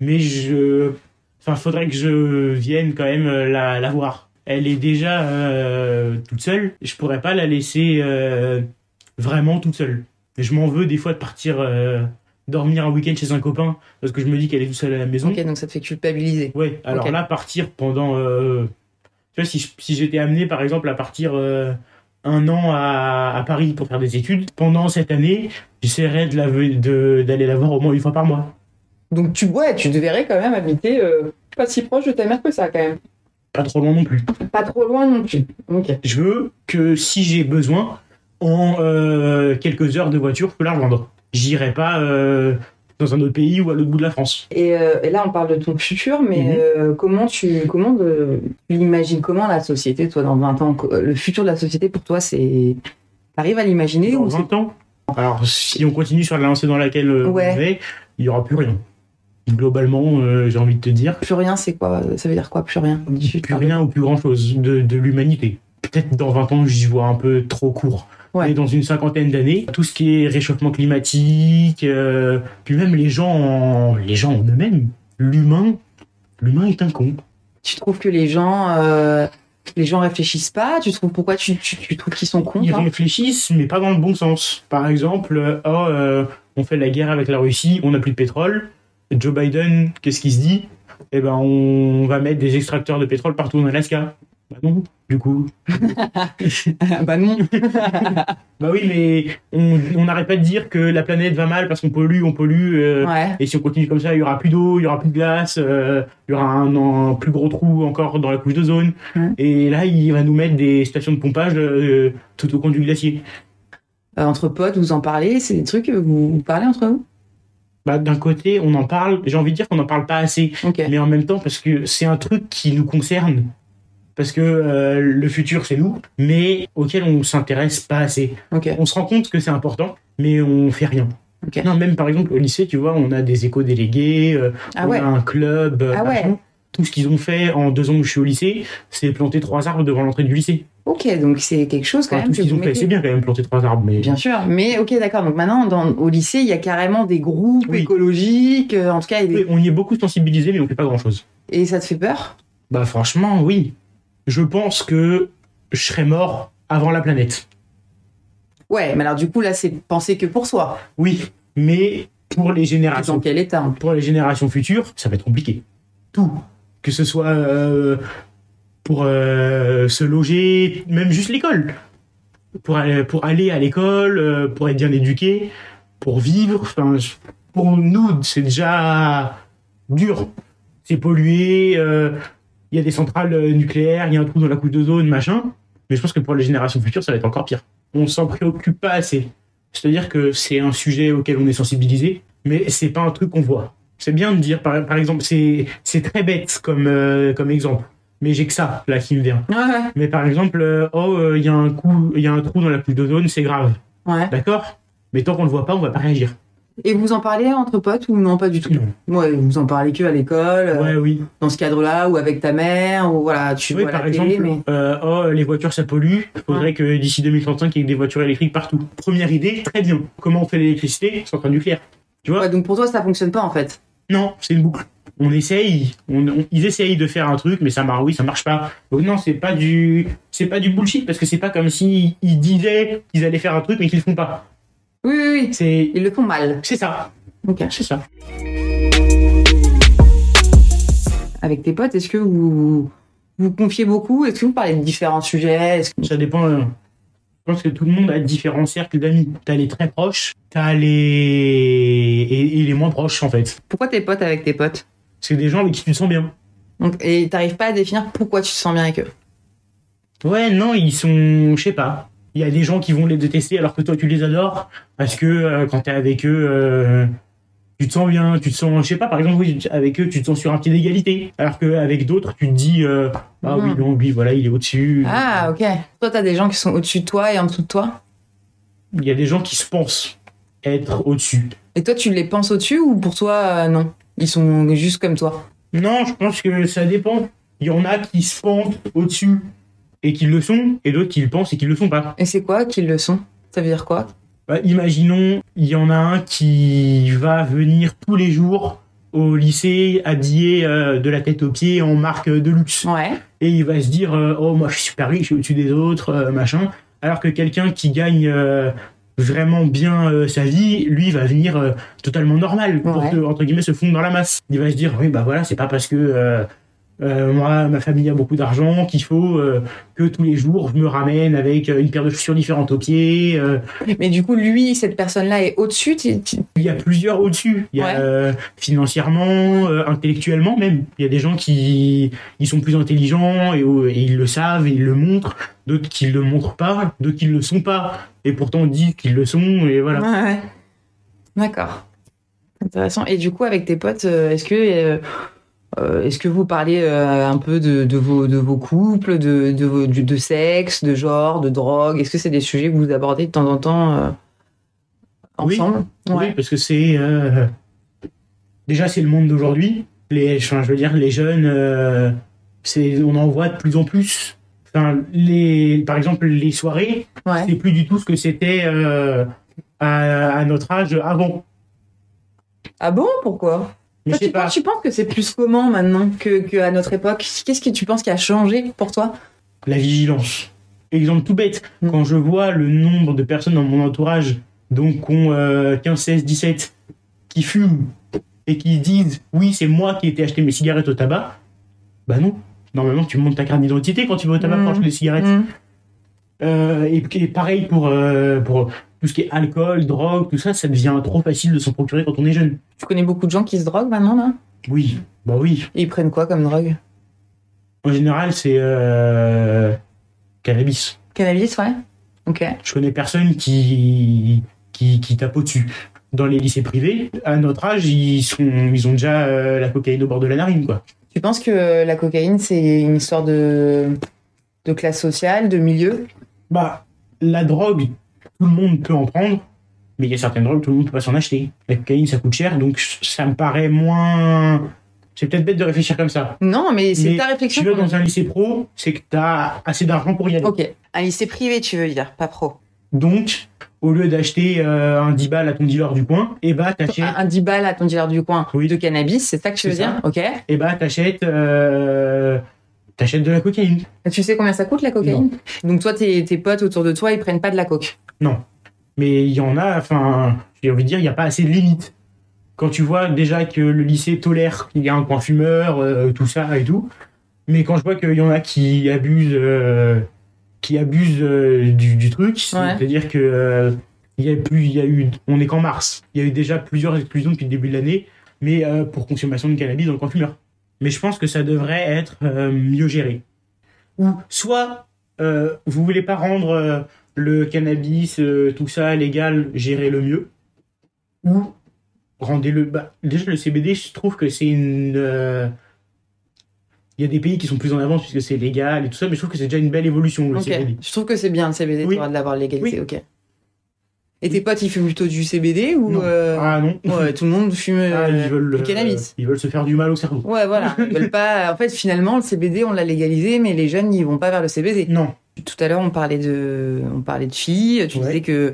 Speaker 7: mais je. Enfin, faudrait que je vienne quand même euh, la, la voir. Elle est déjà euh, toute seule. Je pourrais pas la laisser euh, vraiment toute seule. Je m'en veux des fois de partir euh, dormir un week-end chez un copain parce que je me dis qu'elle est toute seule à la maison.
Speaker 6: Ok, donc ça te fait culpabiliser.
Speaker 7: Ouais, alors
Speaker 6: Ok.
Speaker 7: là, partir pendant. euh, tu vois, si, je- si j'étais amené par exemple à partir euh, un an à, à Paris pour faire des études, pendant cette année, j'essaierais de la ve- de- d'aller la voir au moins une fois par mois.
Speaker 6: Donc tu, ouais, tu te verrais quand même habiter euh, pas si proche de ta mère que ça, quand même.
Speaker 7: Pas trop loin non plus.
Speaker 6: Pas trop loin non plus. Ok.
Speaker 7: Je veux que si j'ai besoin, en euh, quelques heures de voiture, je peux la rejoindre. J'irai pas euh, dans un autre pays ou à l'autre bout de la France.
Speaker 6: Et, euh, et là, on parle de ton futur, mais
Speaker 7: Mhm.
Speaker 6: euh, comment tu comment de, tu l'imagines Comment la société, toi, dans 20 ans, co- euh, le futur de la société pour toi, c'est. T'arrives à l'imaginer
Speaker 7: Dans
Speaker 6: ou c'est
Speaker 7: 20 ans. Alors, si on continue sur la lancée dans laquelle euh,
Speaker 6: Ouais.
Speaker 7: on est, il y aura plus rien. Globalement, euh, j'ai envie de te dire,
Speaker 6: plus rien C'est quoi Ça veut dire quoi Plus rien Tu-
Speaker 7: plus rien ou plus grand chose de, de l'humanité. Peut-être dans 20 ans, j'y vois un peu trop court.
Speaker 6: Ouais.
Speaker 7: Mais dans une cinquantaine d'années, tout ce qui est réchauffement climatique, euh, puis même les gens, en, les gens en eux-mêmes, l'humain, l'humain est un con.
Speaker 6: Tu trouves que les gens euh, les gens réfléchissent pas Tu trouves pourquoi tu, tu, tu trouves qu'ils sont cons
Speaker 7: Ils
Speaker 6: toi
Speaker 7: réfléchissent, mais pas dans le bon sens. Par exemple, euh, oh, euh, on fait la guerre avec la Russie, on n'a plus de pétrole. Joe Biden, qu'est-ce qu'il se dit Eh ben, on va mettre des extracteurs de pétrole partout en Alaska. Bah non, du coup.
Speaker 6: bah non.
Speaker 7: Bah oui, mais on on n'arrête pas de dire que la planète va mal parce qu'on pollue, on pollue. euh,
Speaker 6: Ouais.
Speaker 7: Et si on continue comme ça, il y aura plus d'eau, il y aura plus de glace, euh, il y aura un, un plus gros trou encore dans la couche d'ozone.
Speaker 6: Mhm.
Speaker 7: Et là, il va nous mettre des stations de pompage euh, tout au coin du glacier.
Speaker 6: Euh, entre potes, vous en parlez, c'est des trucs que vous, vous parlez entre vous.
Speaker 7: Bah, d'un côté, on en parle, j'ai envie de dire qu'on n'en parle pas assez,
Speaker 6: Ok.
Speaker 7: mais en même temps, parce que c'est un truc qui nous concerne. Parce que euh, le futur, c'est nous, mais auquel on s'intéresse pas assez.
Speaker 6: Ok.
Speaker 7: On se rend compte que c'est important, mais on fait rien.
Speaker 6: Ok.
Speaker 7: Non, même par exemple, au lycée, tu vois, on a des éco-délégués, euh,
Speaker 6: Ah
Speaker 7: on
Speaker 6: ouais.
Speaker 7: a un club. euh,
Speaker 6: Ah ouais.
Speaker 7: machin. Tout ce qu'ils ont fait en deux ans où je suis au lycée, c'est planter trois arbres devant l'entrée du lycée.
Speaker 6: Ok, donc c'est quelque chose quand
Speaker 7: Enfin,
Speaker 6: même
Speaker 7: tout ce qu'ils
Speaker 6: que vous
Speaker 7: ont fait, c'est
Speaker 6: mettez.
Speaker 7: bien quand même planter trois arbres, mais
Speaker 6: Bien sûr, mais ok, d'accord. Donc maintenant, dans, au lycée, il y a carrément des groupes
Speaker 7: Oui.
Speaker 6: écologiques. euh, en tout cas, il y a des-
Speaker 7: Oui, on y est beaucoup sensibilisé, mais on fait pas grand chose.
Speaker 6: et ça te fait peur
Speaker 7: Bah franchement, oui. Je pense que je serais mort avant la planète.
Speaker 6: Ouais, mais alors du coup là, c'est penser que pour soi.
Speaker 7: Oui, mais pour les
Speaker 6: Dans
Speaker 7: générations,
Speaker 6: quel état hein.
Speaker 7: pour les générations futures, ça va être compliqué. Tout, que ce soit euh, pour euh, se loger, même juste l'école, pour aller, pour aller à l'école, euh, pour être bien éduqué, pour vivre. Enfin, je- pour nous, c'est déjà dur. C'est pollué. euh, Il y a des centrales euh, nucléaires, il y a un trou dans la couche d'ozone, machin. Mais je pense que pour les générations futures, ça va être encore pire. On s'en préoccupe pas assez. C'est-à-dire que c'est un sujet auquel on est sensibilisé, mais c'est pas un truc qu'on voit. C'est bien de dire, par, par exemple, c'est c'est très bête comme, euh, comme exemple, mais j'ai que ça là qui me vient.
Speaker 6: Ouais, ouais,
Speaker 7: Mais par exemple, euh, oh, euh, il y a un coup, il y a un trou dans la couche d'ozone, c'est grave,
Speaker 6: ouais.
Speaker 7: d'accord Mais tant qu'on le voit pas, on va pas réagir.
Speaker 6: Et vous en parlez entre potes ou non pas du tout Ouais, vous en parlez que à l'école, euh,
Speaker 7: Ouais, oui.
Speaker 6: dans ce cadre-là, ou avec ta mère, ou voilà, tu
Speaker 7: Oui,
Speaker 6: vois
Speaker 7: par
Speaker 6: la télé,
Speaker 7: exemple,
Speaker 6: mais-
Speaker 7: euh, oh, les voitures ça pollue, faudrait que d'ici 2035, il y ait des voitures électriques partout. Première idée, très bien. Comment on fait l'électricité sans train nucléaire
Speaker 6: Ouais, donc pour toi, ça fonctionne pas en fait.
Speaker 7: Non, c'est une boucle. On essaye, on, on- ils essayent de faire un truc, mais ça marche, oui, ça marche pas. Donc non, c'est pas du, c'est pas du bullshit parce que c'est pas comme si ils disaient qu'ils allaient faire un truc mais qu'ils le font pas.
Speaker 6: Oui, oui, oui.
Speaker 7: C'est,
Speaker 6: Ils le font mal.
Speaker 7: c'est ça,
Speaker 6: Ok.
Speaker 7: c'est ça.
Speaker 6: Avec tes potes, est-ce que vous vous confiez beaucoup Est-ce que vous parlez de différents sujets Est-ce que-
Speaker 7: Ça dépend. euh, je pense que tout le monde a différents cercles d'amis. T'as les très proches, t'as les et, et les moins proches en fait.
Speaker 6: Pourquoi t'es potes avec tes potes
Speaker 7: C'est des gens avec qui tu te sens bien.
Speaker 6: donc, Et t'arrives pas à définir pourquoi tu te sens bien avec eux.
Speaker 7: Ouais, non, ils sont, je sais pas. Il y a des gens qui vont les détester alors que toi tu les adores parce que euh, quand t'es avec eux, euh, tu te sens bien, tu te sens, je sais pas. Par exemple, oui, avec eux, tu te sens sur un pied d'égalité, alors qu'avec d'autres, tu te dis, euh, ah oui,
Speaker 6: Mhm.
Speaker 7: non, lui, voilà, il est au-dessus.
Speaker 6: Ah, ok. Toi, t'as des gens qui sont au-dessus de toi et en dessous de toi.
Speaker 7: Il y a des gens qui se pensent être au-dessus.
Speaker 6: Et toi, tu les penses au-dessus ou pour toi, euh, non Ils sont juste comme toi.
Speaker 7: Non, je pense que ça dépend. Il y en a qui se pensent au-dessus et qui le sont, et d'autres qui le pensent et qui le sont pas.
Speaker 6: Et c'est quoi qu'ils le sont Ça veut dire quoi
Speaker 7: Bah, imaginons, il y en a un qui va venir tous les jours au lycée habillé euh, de la tête aux pieds en marque de luxe.
Speaker 6: Ouais.
Speaker 7: Et il va se dire euh, Oh, moi je suis super riche, je suis au-dessus des autres, euh, machin. Alors que quelqu'un qui gagne euh, vraiment bien euh, sa vie, lui va venir euh, totalement normal pour
Speaker 6: Ouais.
Speaker 7: se- entre guillemets, se fondre dans la masse. Il va se dire Oui, bah voilà, c'est pas parce que. euh, euh, moi, ma famille a beaucoup d'argent, qu'il faut euh, que tous les jours je me ramène avec euh, une paire de chaussures différentes aux pieds, euh,
Speaker 6: Mais du coup, lui, cette personne-là est au-dessus. tu- tu-
Speaker 7: il y a plusieurs au-dessus. Il y a
Speaker 6: Ouais.
Speaker 7: euh, financièrement, euh, intellectuellement même. Il y a des gens qui ils sont plus intelligents et, euh, et ils le savent et ils le montrent. D'autres qui le montrent pas, d'autres qui le sont pas. Et pourtant disent qu'ils le sont et voilà.
Speaker 6: Ouais, ouais. D'accord. Intéressant. Et du coup, avec tes potes, euh, est-ce que euh, euh, est-ce que vous parlez euh, un peu de, de vos de vos couples, de de, vos- du- de sexe, de genre, de drogue Est-ce que c'est des sujets que vous abordez de temps en temps euh,
Speaker 7: Oui.
Speaker 6: ensemble
Speaker 7: Oui, parce que c'est euh, déjà c'est le monde d'aujourd'hui. Les, enfin, je veux dire, les jeunes, euh, c'est on en voit de plus en plus. Enfin, les, par exemple, les soirées,
Speaker 6: Ouais.
Speaker 7: c'est plus du tout ce que c'était euh, à, à notre âge avant.
Speaker 6: Ah bon Pourquoi
Speaker 7: Mais
Speaker 6: Toi,
Speaker 7: je sais
Speaker 6: tu,
Speaker 7: pas.
Speaker 6: penses- tu penses que c'est plus comment maintenant que, que à notre époque Qu'est-ce que tu penses qui a changé pour toi
Speaker 7: La vigilance. Exemple tout bête,
Speaker 6: Mm.
Speaker 7: quand je vois le nombre de personnes dans mon entourage, donc ont euh, 15, 16, 17, qui fument et qui disent oui, c'est moi qui ai été acheté mes cigarettes au tabac, bah non, Normalement, tu montes ta carte d'identité quand tu vas au tabac pour acheter des cigarettes.
Speaker 6: Mm.
Speaker 7: Euh, et, et pareil pour, euh, pour tout ce qui est alcool, drogue, tout ça, ça devient trop facile de s'en procurer quand on est jeune.
Speaker 6: Tu connais beaucoup de gens qui se droguent maintenant, là
Speaker 7: Oui, bah oui.
Speaker 6: Et ils prennent quoi comme drogue
Speaker 7: En général, c'est euh, cannabis.
Speaker 6: Cannabis, ouais. Ok.
Speaker 7: Je connais personne qui, qui, qui tape au-dessus. Dans les lycées privés, à notre âge, ils, sont, ils ont déjà euh, la cocaïne au bord de la narine, quoi.
Speaker 6: Tu penses que euh, la cocaïne, c'est une histoire de... de classe sociale, de milieu
Speaker 7: Bah, la drogue, tout le monde peut en prendre, mais il y a certaines drogues, tout le monde peut pas s'en acheter. La cocaïne, ça coûte cher, donc ça me paraît moins. C'est peut-être bête de réfléchir comme ça.
Speaker 6: Non, mais c'est
Speaker 7: Mais
Speaker 6: ta réflexion.
Speaker 7: Tu vas
Speaker 6: qu'on a.
Speaker 7: dans un lycée pro, c'est que t'as assez d'argent pour y aller.
Speaker 6: Ok. Un lycée privé, tu veux dire, pas pro.
Speaker 7: Donc, au lieu d'acheter euh, un 10 balles à ton dealer du coin, et bah t'achètes,
Speaker 6: Un, un 10 balles à ton dealer du coin
Speaker 7: Oui.
Speaker 6: de cannabis, c'est ça que tu veux
Speaker 7: C'est
Speaker 6: dire Ok. Et
Speaker 7: eh bah, t'achètes, euh, t'achètes de la cocaïne.
Speaker 6: Tu sais combien ça coûte la cocaïne Donc toi, tes, tes potes autour de toi, ils prennent pas de la coke.
Speaker 7: Mais il y en a, enfin, j'ai envie de dire, il n'y a pas assez de limites. Quand tu vois déjà que le lycée tolère qu'il y a un coin fumeur, euh, tout ça et tout, mais quand je vois qu'il y en a qui abusent, euh, qui abusent euh, du, du truc, c'est-à-dire que euh, il y a plus, il y a eu, on est qu'en mars, il y a eu déjà plusieurs exclusions depuis le début de l'année, mais euh, pour consommation de cannabis dans le coin fumeur. Mais je pense que ça devrait être euh, mieux géré. Ou soit euh, vous voulez pas rendre euh, le cannabis, euh, tout ça légal, gérer le mieux Ou rendez-le. Bah, déjà, le CBD, je trouve que c'est une. euh, Il y a des pays qui sont plus en avance puisque c'est légal et tout ça, mais je trouve que c'est déjà une belle évolution, le
Speaker 6: Ok.
Speaker 7: CBD.
Speaker 6: Je trouve que c'est bien le CBD,
Speaker 7: Oui.
Speaker 6: tu auras de l'avoir légalisé. Ok. Et tes potes, ils fument plutôt du CBD ou
Speaker 7: Non.
Speaker 6: euh,
Speaker 7: Ah non
Speaker 6: ouais, tout le monde fume
Speaker 7: Ah,
Speaker 6: euh,
Speaker 7: ils veulent,
Speaker 6: du
Speaker 7: euh,
Speaker 6: cannabis
Speaker 7: ils veulent se faire du mal au cerveau.
Speaker 6: Ouais, voilà. Ils veulent pas. En fait, finalement, le CBD, on l'a légalisé, mais les jeunes, ils vont pas vers le CBD.
Speaker 7: Non.
Speaker 6: Tout à l'heure, on parlait de, on parlait de filles. Tu
Speaker 7: Ouais.
Speaker 6: disais que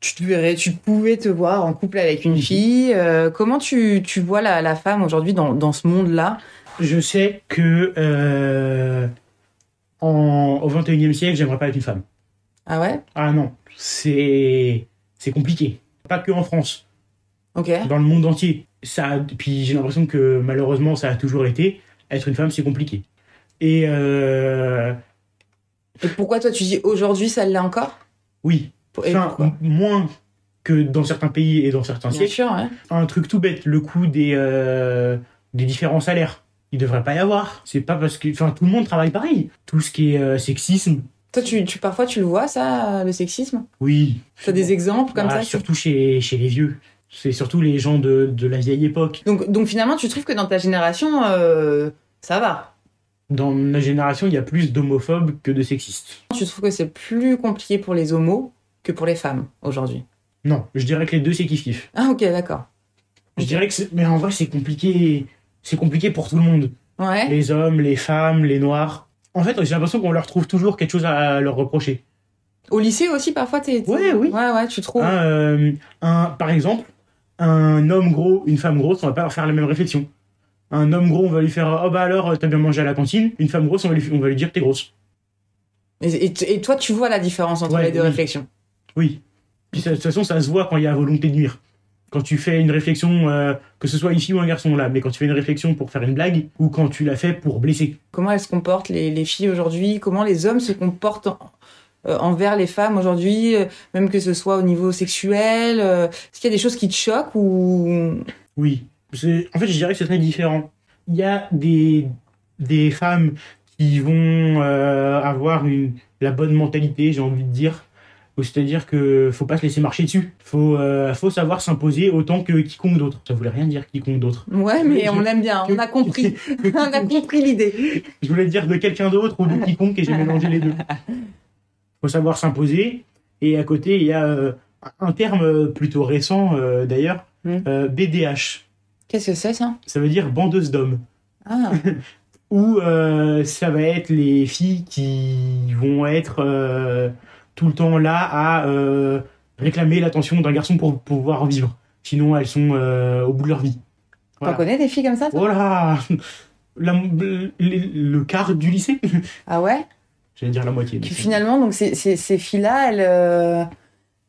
Speaker 6: tu te verrais, tu pouvais te voir en couple avec une
Speaker 7: Mhm.
Speaker 6: fille. Euh, comment tu, tu vois la, la femme aujourd'hui dans, dans ce monde-là
Speaker 7: Je sais que. euh, en, au 21 e siècle, j'aimerais pas être une femme.
Speaker 6: Ah ouais
Speaker 7: Ah non. C'est. C'est compliqué. Pas que en France.
Speaker 6: Ok.
Speaker 7: dans le monde entier. Ça, a- puis j'ai l'impression que malheureusement, ça a toujours été. Être une femme, c'est compliqué. Et euh,
Speaker 6: Et pourquoi toi, tu dis aujourd'hui, ça l'est encore
Speaker 7: oui,
Speaker 6: Pour- et
Speaker 7: Enfin,
Speaker 6: pourquoi
Speaker 7: m- moins que dans certains pays et dans certains
Speaker 6: Bien
Speaker 7: siècles.
Speaker 6: sûr, hein. ouais.
Speaker 7: Un truc tout bête, le coût des, euh, des différents salaires. Il devrait pas y avoir. C'est pas parce que, enfin, tout le monde travaille pareil. Tout ce qui est euh, sexisme,
Speaker 6: Toi, tu, tu, parfois, tu le vois, ça, le sexisme
Speaker 7: oui.
Speaker 6: T'as des exemples comme
Speaker 7: Bah,
Speaker 6: ça
Speaker 7: Surtout chez, chez les vieux. C'est surtout les gens de, de la vieille époque.
Speaker 6: donc, donc finalement, tu trouves que dans ta génération, euh, ça va.
Speaker 7: Dans ma génération, il y a plus d'homophobes que de sexistes.
Speaker 6: Tu trouves que c'est plus compliqué pour les homos que pour les femmes aujourd'hui
Speaker 7: Non, je dirais que les deux, c'est kiff-kiff.
Speaker 6: Ah ok, d'accord.
Speaker 7: Je dirais que c'est... Mais en vrai, c'est compliqué. C'est compliqué pour tout le monde.
Speaker 6: Ouais.
Speaker 7: Les hommes, les femmes, les noirs. En fait, j'ai l'impression qu'on leur trouve toujours quelque chose à leur reprocher.
Speaker 6: Au lycée aussi, parfois, t'es. t'es-
Speaker 7: Ouais, oui.
Speaker 6: Ouais, ouais, tu trouves.
Speaker 7: Hein, euh, un, par exemple, un homme gros, une femme grosse, on va pas leur faire la même réflexion. Un homme gros, on va lui faire Oh bah alors, t'as bien mangé à la cantine. Une femme grosse, on va lui, on va lui dire T'es grosse.
Speaker 6: Et, et- et toi, tu vois la différence entre
Speaker 7: Ouais,
Speaker 6: les deux
Speaker 7: oui.
Speaker 6: réflexions.
Speaker 7: Oui. Puis ça- de toute façon, ça se voit quand il y a volonté de nuire. Quand tu fais une réflexion, euh, que ce soit une fille ou un garçon là, mais quand tu fais une réflexion pour faire une blague ou quand tu la fais pour blesser.
Speaker 6: Comment elles se comportent les, les filles aujourd'hui Comment les hommes se comportent en- euh, envers les femmes aujourd'hui, euh, même que ce soit au niveau sexuel euh, Est-ce qu'il y a des choses qui te choquent ou
Speaker 7: Oui. C'est- En fait, je dirais que c'est très différent. Il y a des, des femmes qui vont euh, avoir une, la bonne mentalité, j'ai envie de dire. Ou C'est-à-dire que faut pas se laisser marcher dessus. Faut, euh, faut savoir s'imposer autant que quiconque d'autre. Ça voulait rien dire quiconque d'autre.
Speaker 6: Ouais,
Speaker 7: Oui,
Speaker 6: mais
Speaker 7: je-
Speaker 6: on l'aime bien, on a compris, on a compris l'idée.
Speaker 7: Je voulais dire de quelqu'un d'autre ou de quiconque et j'ai mélangé les deux. Faut savoir s'imposer. Et à côté, il y a euh, un terme plutôt récent euh, d'ailleurs,
Speaker 6: Mm.
Speaker 7: euh, BDH.
Speaker 6: Qu'est-ce que c'est ça
Speaker 7: Ça veut dire bandeuse d'hommes.
Speaker 6: Ah,
Speaker 7: où euh, ça va être les filles qui vont être euh, tout le temps là à euh, réclamer l'attention d'un garçon pour pouvoir vivre. Sinon, elles sont euh, au bout de leur vie.
Speaker 6: t'en connais des filles comme ça toi
Speaker 7: Voilà La- le, le quart du lycée
Speaker 6: Ah ouais
Speaker 7: J'allais dire la moitié.
Speaker 6: Puis finalement, donc ces, ces, ces filles-là, elles, euh,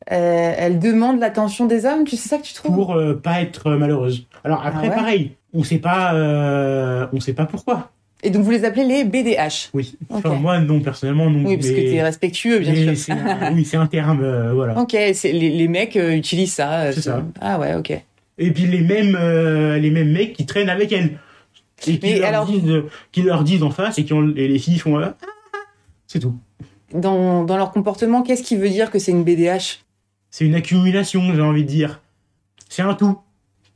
Speaker 6: euh, elles demandent l'attention des hommes. Tu sais ça que tu trouves
Speaker 7: Pour euh, pas être euh, malheureuse. Alors après,
Speaker 6: Ah ouais
Speaker 7: pareil, on sait pas, euh, on sait pas pourquoi.
Speaker 6: Et donc vous les appelez les BDH.
Speaker 7: Oui.
Speaker 6: Ok.
Speaker 7: Enfin, moi, non, personnellement, non.
Speaker 6: Oui, parce que
Speaker 7: mais-
Speaker 6: t'es respectueux, bien
Speaker 7: mais
Speaker 6: sûr.
Speaker 7: c'est un- oui, c'est un terme, euh, voilà.
Speaker 6: Ok, c'est- les, les mecs euh, utilisent ça. euh,
Speaker 7: C'est
Speaker 6: sur-
Speaker 7: ça.
Speaker 6: Ah ouais, ok.
Speaker 7: Et puis les mêmes, euh, les mêmes mecs qui traînent avec elles. Et qui,
Speaker 6: Mais
Speaker 7: leur,
Speaker 6: alors-
Speaker 7: disent, euh, qui leur disent en face et, qui ont, et les filles font. euh, Ah, ah, ah c'est tout.
Speaker 6: Dans, dans leur comportement, qu'est-ce qui veut dire que c'est une BDH
Speaker 7: C'est une accumulation, j'ai envie de dire. C'est un tout.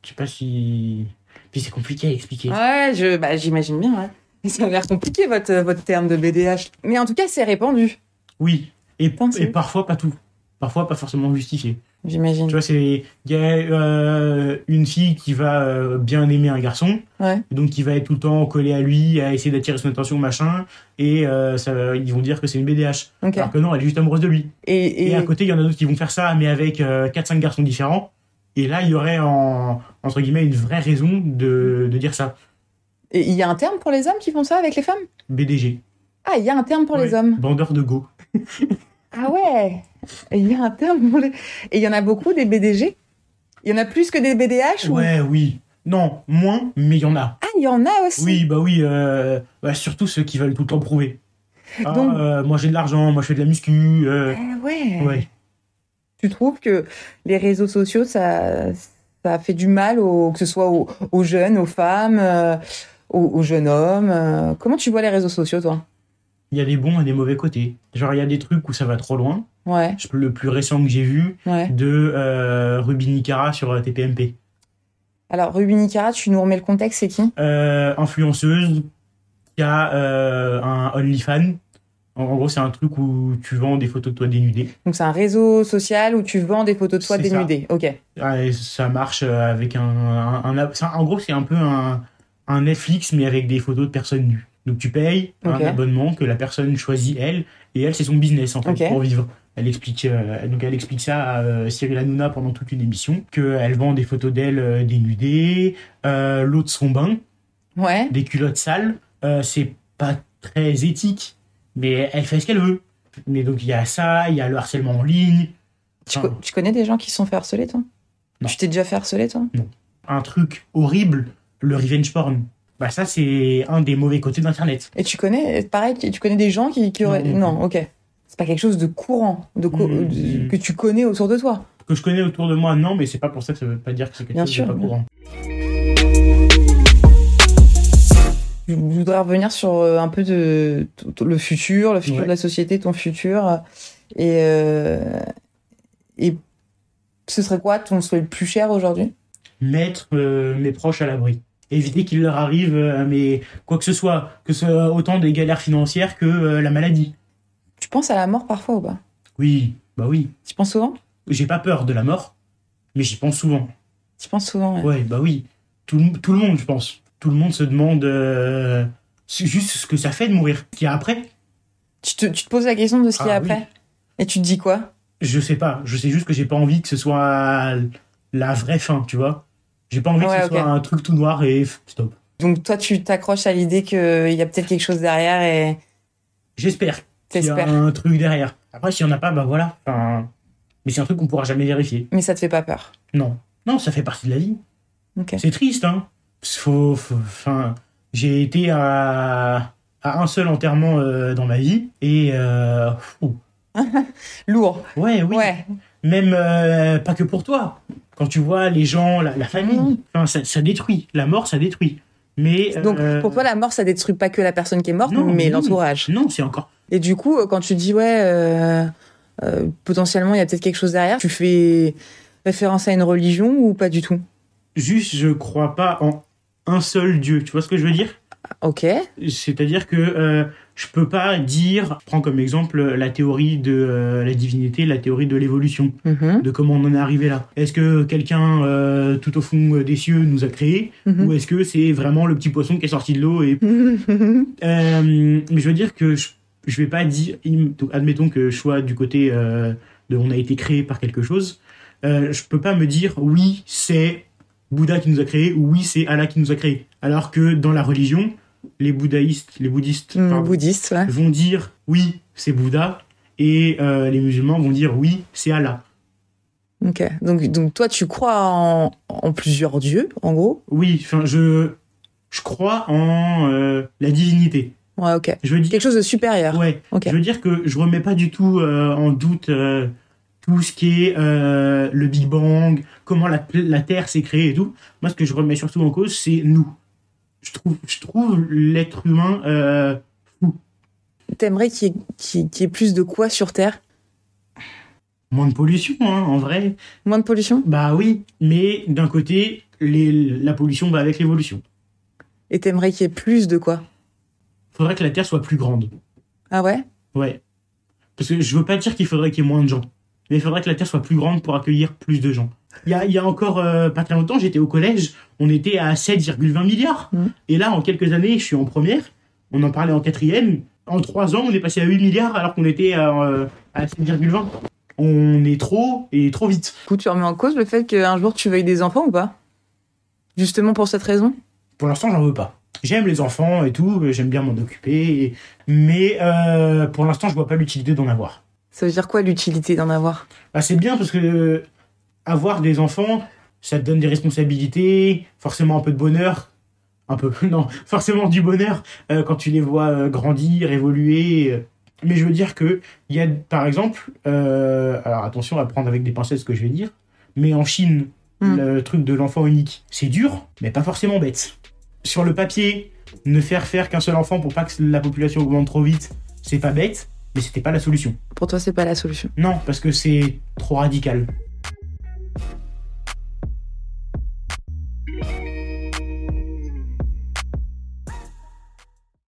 Speaker 7: Je sais pas si. Puis c'est compliqué à expliquer.
Speaker 6: Ouais, je, bah, j'imagine bien. ouais. Ça a l'air compliqué votre, votre terme de BDH. Mais en tout cas, c'est répandu,
Speaker 7: Oui. Et,
Speaker 6: Putain, c'est
Speaker 7: et
Speaker 6: ouf.
Speaker 7: parfois pas tout. Parfois pas forcément justifié. Tu
Speaker 6: j'imagine.
Speaker 7: vois, c'est. Il y a euh, une fille qui va euh, bien aimer un garçon.
Speaker 6: Ouais.
Speaker 7: Donc qui va être tout le temps collée à lui, à essayer d'attirer son attention, machin. Et euh, ça, ils vont dire que c'est une BDH.
Speaker 6: Ok.
Speaker 7: Alors que non, elle est juste amoureuse de lui.
Speaker 6: Et,
Speaker 7: Et,
Speaker 6: et-
Speaker 7: à côté, ah. il y en a d'autres qui vont faire ça, mais avec euh, 4-5 garçons différents. Et là, il y aurait, en, entre guillemets, une vraie raison de, de dire ça.
Speaker 6: et il y a un terme pour les hommes qui font ça avec les femmes
Speaker 7: BDG.
Speaker 6: Ah, il y a un terme pour les
Speaker 7: Ouais,
Speaker 6: hommes.
Speaker 7: Bandeur de go.
Speaker 6: Ah ouais Et Il y a un terme pour les... Et il y en a beaucoup des BDG Il y en a plus que des BDH ou-
Speaker 7: Ouais, oui. Non, moins, mais il y en a.
Speaker 6: Ah, il y en a aussi
Speaker 7: Oui, bah oui, euh, bah surtout ceux qui veulent tout le temps prouver. Ah,
Speaker 6: Donc-
Speaker 7: euh, moi j'ai de l'argent, moi je fais de la muscu. euh,
Speaker 6: Ah ouais.
Speaker 7: ouais.
Speaker 6: Tu trouves que les réseaux sociaux, ça, ça fait du mal, au, que ce soit aux, aux jeunes, aux femmes, euh, aux, aux jeunes hommes euh, Comment tu vois les réseaux sociaux, toi
Speaker 7: Il y a des bons et des mauvais côtés. Genre, il y a des trucs où ça va trop loin.
Speaker 6: Ouais,
Speaker 7: Je- Le plus récent que j'ai vu
Speaker 6: ouais.
Speaker 7: de euh, Rubinikara sur euh, TPMP.
Speaker 6: Alors, Rubini Cara, tu nous remets le contexte, c'est qui
Speaker 7: Euh, influenceuse qui a euh, un OnlyFans. En, en gros, c'est un truc où tu vends des photos de toi dénudées.
Speaker 6: Donc, c'est un réseau social où tu vends des photos de toi
Speaker 7: C'est ça.
Speaker 6: dénudées. Ok.
Speaker 7: Ouais, ça marche euh, avec un. un- un ab- c'est un- en gros, c'est un peu un, un Netflix, mais avec des photos de personnes nues. Donc tu payes
Speaker 6: Ok.
Speaker 7: un abonnement que la personne choisit elle, et elle, c'est son business en fait,
Speaker 6: Ok.
Speaker 7: pour vivre. Elle explique, euh, donc elle explique ça à euh, Cyril Hanouna pendant toute une émission, qu'elle vend des photos d'elle euh, dénudée, euh, l'eau de son bain,
Speaker 6: Ouais.
Speaker 7: des culottes sales. Euh, c'est pas très éthique, mais elle fait ce qu'elle veut. Mais donc il y a ça, il y a le harcèlement en ligne.
Speaker 6: Tu,
Speaker 7: Enfin,
Speaker 6: co- tu connais des gens qui se sont fait harceler, toi
Speaker 7: Non.
Speaker 6: Tu t'es déjà fait harceler, toi
Speaker 7: un truc horrible, le revenge porn. Bah ça c'est un des mauvais côtés d'Internet.
Speaker 6: Et tu connais, pareil, tu tu connais des gens qui, qui auraient.
Speaker 7: Non.
Speaker 6: Non, ok. C'est pas quelque chose de courant, de co-
Speaker 7: Mm.
Speaker 6: de- que tu connais autour de toi.
Speaker 7: Que je connais autour de moi, non, mais c'est pas pour ça que ça veut pas dire que c'est quelque
Speaker 6: Bien
Speaker 7: chose
Speaker 6: sûr,
Speaker 7: de pas
Speaker 6: bien.
Speaker 7: courant.
Speaker 6: Je voudrais revenir sur euh, un peu de, t- t- le futur, le futur
Speaker 7: Ouais.
Speaker 6: de la société, ton futur. euh, Et, euh, et ce serait quoi ton souhait le plus cher aujourd'hui
Speaker 7: Mettre euh, mes proches à l'abri. Éviter qu'il leur arrive euh, mais quoi que ce soit, que ce soit autant des galères financières que euh, la maladie.
Speaker 6: Tu penses à la mort parfois ou pas
Speaker 7: Oui, bah oui.
Speaker 6: Tu penses souvent
Speaker 7: J'ai pas peur de la mort, mais j'y pense souvent.
Speaker 6: Tu penses souvent, ouais.
Speaker 7: Ouais, bah oui. Tout, le- tout le monde, je pense. Tout le monde se demande euh, c'est juste ce que ça fait de mourir. Ce qu'il y a après,
Speaker 6: Tu, te, tu te poses la question de ce qu'il y a
Speaker 7: Ah oui.
Speaker 6: après Et tu te dis quoi
Speaker 7: Je sais pas, je sais juste que j'ai pas envie que ce soit la vraie fin, tu vois. J'ai pas envie
Speaker 6: Ouais,
Speaker 7: que ce
Speaker 6: ok.
Speaker 7: soit un truc tout noir et f- stop.
Speaker 6: Donc toi, tu t'accroches à l'idée qu'il y a peut-être quelque chose derrière et
Speaker 7: J'espère qu'il y a
Speaker 6: t'espères.
Speaker 7: un truc derrière. Après, s'il y en a pas, bah voilà. Enfin, mais c'est un truc qu'on pourra jamais vérifier.
Speaker 6: Mais ça te fait pas peur.
Speaker 7: Non, non, ça fait partie de la vie.
Speaker 6: Ok.
Speaker 7: C'est triste, hein. Parce qu'il faut- faut- enfin, j'ai été à, à un seul enterrement euh, dans ma vie et euh, ouh.
Speaker 6: Lourd.
Speaker 7: ouais, oui.
Speaker 6: Ouais.
Speaker 7: Même euh, pas que pour toi. Quand tu vois les gens, la, la famille,
Speaker 6: Mhm.
Speaker 7: enfin, ça, ça détruit. La mort, ça détruit. Mais
Speaker 6: Donc
Speaker 7: euh,
Speaker 6: pour toi, la mort, ça détruit pas que la personne qui est morte,
Speaker 7: non,
Speaker 6: mais
Speaker 7: non.
Speaker 6: l'entourage.
Speaker 7: non, c'est encore.
Speaker 6: Et du coup, euh, quand tu dis ouais, euh, euh, potentiellement il y a peut-être quelque chose derrière, tu fais référence à une religion ou pas du tout
Speaker 7: Juste, je crois pas en un seul Dieu. Tu vois ce que je veux dire
Speaker 6: Ok.
Speaker 7: C'est-à-dire que euh, je peux pas dire. Prends comme exemple la théorie de euh, la divinité, la théorie de l'évolution,
Speaker 6: Mhm,
Speaker 7: de comment on en est arrivé là. Est-ce que quelqu'un euh, tout au fond des cieux nous a créés,
Speaker 6: mhm.
Speaker 7: ou est-ce que c'est vraiment le petit poisson qui est sorti de l'eau et Euh, mais je veux dire que je, je vais pas dire. im- donc, Admettons que je sois du côté euh, de on a été créé par quelque chose. Euh, je peux pas me dire oui, c'est Bouddha qui nous a créé ou oui, c'est Allah qui nous a créé. Alors que dans la religion, les bouddhaïstes, les bouddhistes
Speaker 6: Mm,
Speaker 7: pardon,
Speaker 6: Bouddhiste, ouais.
Speaker 7: vont dire oui, c'est Bouddha et euh, les musulmans vont dire oui, c'est Allah.
Speaker 6: Ok. Donc, donc toi, tu crois en, en plusieurs dieux, en gros
Speaker 7: Oui, enfin, je. je crois en euh, la divinité.
Speaker 8: Ouais, ok.
Speaker 7: Je veux dire,
Speaker 8: Quelque chose de supérieur.
Speaker 7: ouais,
Speaker 8: Ok.
Speaker 7: je veux dire que je remets pas du tout euh, en doute euh, tout ce qui est euh, le Big Bang, comment la, pla- la Terre s'est créée et tout. Moi, ce que je remets surtout en cause, c'est nous. Je trouve, je trouve l'être humain euh,
Speaker 8: T'aimerais qu'il y, ait- qu'il y- qu'il y ait plus de quoi sur Terre
Speaker 7: moins de pollution, hein, en vrai.
Speaker 8: Moins de pollution
Speaker 7: Bah oui, mais d'un côté, les- la pollution va avec l'évolution.
Speaker 8: Et t'aimerais qu'il y ait plus de quoi
Speaker 7: Faudrait que la Terre soit plus grande.
Speaker 8: Ah ouais
Speaker 7: Ouais. Parce que je veux pas dire qu'il faudrait qu'il y ait moins de gens, mais il faudrait que la Terre soit plus grande pour accueillir plus de gens. Il y a, il y a encore euh, pas très longtemps, j'étais au collège, on était à 7,20 milliards.
Speaker 8: Mhm.
Speaker 7: Et là, en quelques années, je suis en première, on en parlait en quatrième. En trois ans, on est passé à 8 milliards alors qu'on était à, euh, à 7,20. On est trop et trop vite.
Speaker 8: Du coup, tu remets en cause le fait qu'un jour tu veuilles des enfants ou pas Justement pour cette raison
Speaker 7: Pour l'instant, j'en veux pas. J'aime les enfants et tout, j'aime bien m'en occuper, et- mais euh, pour l'instant, je vois pas l'utilité d'en avoir.
Speaker 8: Ça veut dire quoi l'utilité d'en avoir
Speaker 7: Bah, c'est bien parce que euh, avoir des enfants, ça te donne des responsabilités, forcément un peu de bonheur, un peu, non, forcément du bonheur euh, quand tu les vois euh, grandir, évoluer. euh. Mais je veux dire que il y a, par exemple, euh, alors attention à prendre avec des pincettes ce que je vais dire, mais en Chine,
Speaker 8: Hmm.
Speaker 7: le truc de l'enfant unique, c'est dur, mais pas forcément bête. Sur le papier, ne faire faire qu'un seul enfant pour pas que la population augmente trop vite, c'est pas bête, mais c'était pas la solution.
Speaker 8: Pour toi, c'est pas la solution.
Speaker 7: Non, parce que c'est trop radical.